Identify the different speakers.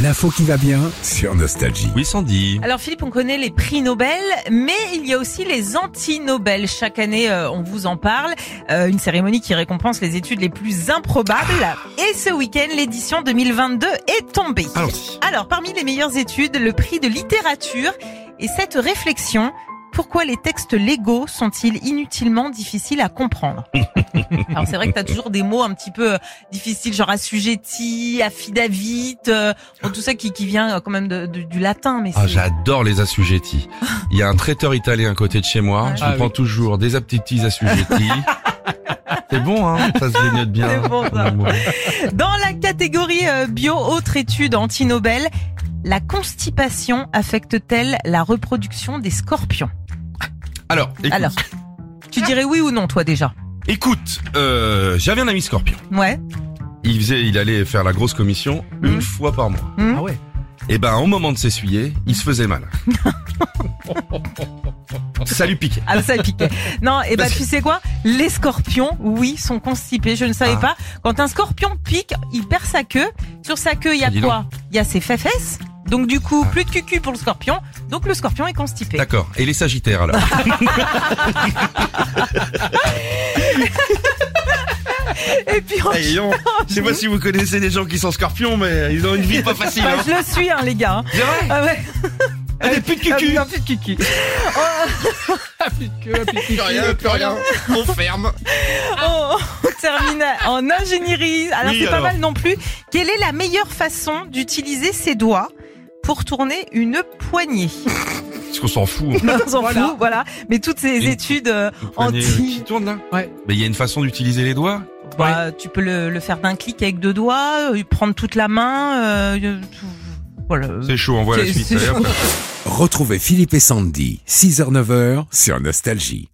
Speaker 1: L'info qui va bien sur Nostalgie.
Speaker 2: Oui, Sandy.
Speaker 3: Alors Philippe, on connaît les prix Nobel, mais il y a aussi les anti-Nobel. Chaque année, euh, on vous en parle. Euh, une cérémonie qui récompense les études les plus improbables. Et ce week-end, l'édition 2022 est tombée.
Speaker 2: Allons-y.
Speaker 3: Alors, parmi les meilleures études, le prix de littérature et cette réflexion. Pourquoi les textes légaux sont-ils inutilement difficiles à comprendre Alors c'est vrai que tu as toujours des mots un petit peu euh, difficiles, genre assujetti, affidavit, euh, bon, tout ça qui, qui vient euh, quand même de- de- du latin. Mais
Speaker 2: Ah,
Speaker 3: c'est-
Speaker 2: j'adore les assujettis. Il y a un traiteur italien à côté de chez moi. Je
Speaker 4: Ah
Speaker 2: me prends
Speaker 4: oui.
Speaker 2: toujours des aptitis assujettis. C'est bon, hein Ça se grignote bien. Ah,
Speaker 3: C'est bon, ça.
Speaker 2: Ouais.
Speaker 3: Dans la catégorie euh, bio, autre étude anti-Nobel, la constipation affecte-t-elle la reproduction des scorpions
Speaker 2: Alors, écoute,
Speaker 3: Alors, tu dirais oui ou non, toi déjà
Speaker 2: écoute, euh, j'avais un ami scorpion.
Speaker 3: Ouais.
Speaker 2: Il faisait, il allait faire la grosse commission
Speaker 3: Mhm.
Speaker 2: une fois par mois.
Speaker 3: Hmm
Speaker 4: ouais.
Speaker 2: Et ben, au moment de s'essuyer, il se faisait mal. ça lui piquait.
Speaker 3: Ah, ça piquait. Non, et bah,
Speaker 2: Parce que-
Speaker 3: tu sais quoi Les scorpions, oui, sont constipés. Je ne savais
Speaker 2: Ah.
Speaker 3: pas. Quand un scorpion pique, il perd sa queue. Sur sa queue, il y a
Speaker 2: Ah, dis
Speaker 3: quoi Il y a ses fesses. Donc, du coup,
Speaker 2: Ah.
Speaker 3: plus de cucu pour le scorpion. Donc, le scorpion est constipé.
Speaker 2: D'accord. Et les sagittaires, alors
Speaker 3: Ah, Et puis, en-
Speaker 2: Je sais pas si vous connaissez des gens qui sont scorpions, mais ils ont une vie pas facile.
Speaker 3: Bah, je le suis, hein, les gars. hein.
Speaker 2: C'est vrai
Speaker 3: Ah ouais.
Speaker 2: Des putes
Speaker 3: Ah,
Speaker 2: cucu
Speaker 3: non, plus de cucu. Oh,
Speaker 2: Plus rien, plus rien. On ferme.
Speaker 3: On on termine en ingénierie. Alors
Speaker 2: Oui,
Speaker 3: c'est pas
Speaker 2: alors.
Speaker 3: mal non plus. Quelle est la meilleure façon d'utiliser ses doigts pour tourner une poignée
Speaker 2: Parce qu'on s'en fout.
Speaker 3: Non, on s'en
Speaker 4: Voilà.
Speaker 3: fout, voilà. Mais toutes ces
Speaker 2: Une-
Speaker 3: études euh,
Speaker 2: Vous prenez, euh,
Speaker 3: anti...
Speaker 2: qui tourne là
Speaker 4: Ouais.
Speaker 2: Mais il y a une façon d'utiliser les doigts.
Speaker 3: Bah, Tu peux le, le faire d'un clic avec deux doigts, euh, prendre toute la main. euh, euh, tout- voilà.
Speaker 2: C'est chaud, on voit la
Speaker 3: C'est-
Speaker 2: suite.
Speaker 3: c'est
Speaker 2: Allez, hop.
Speaker 3: chaud.
Speaker 1: Retrouvez Philippe et Sandy, 6h-9h sur Nostalgie.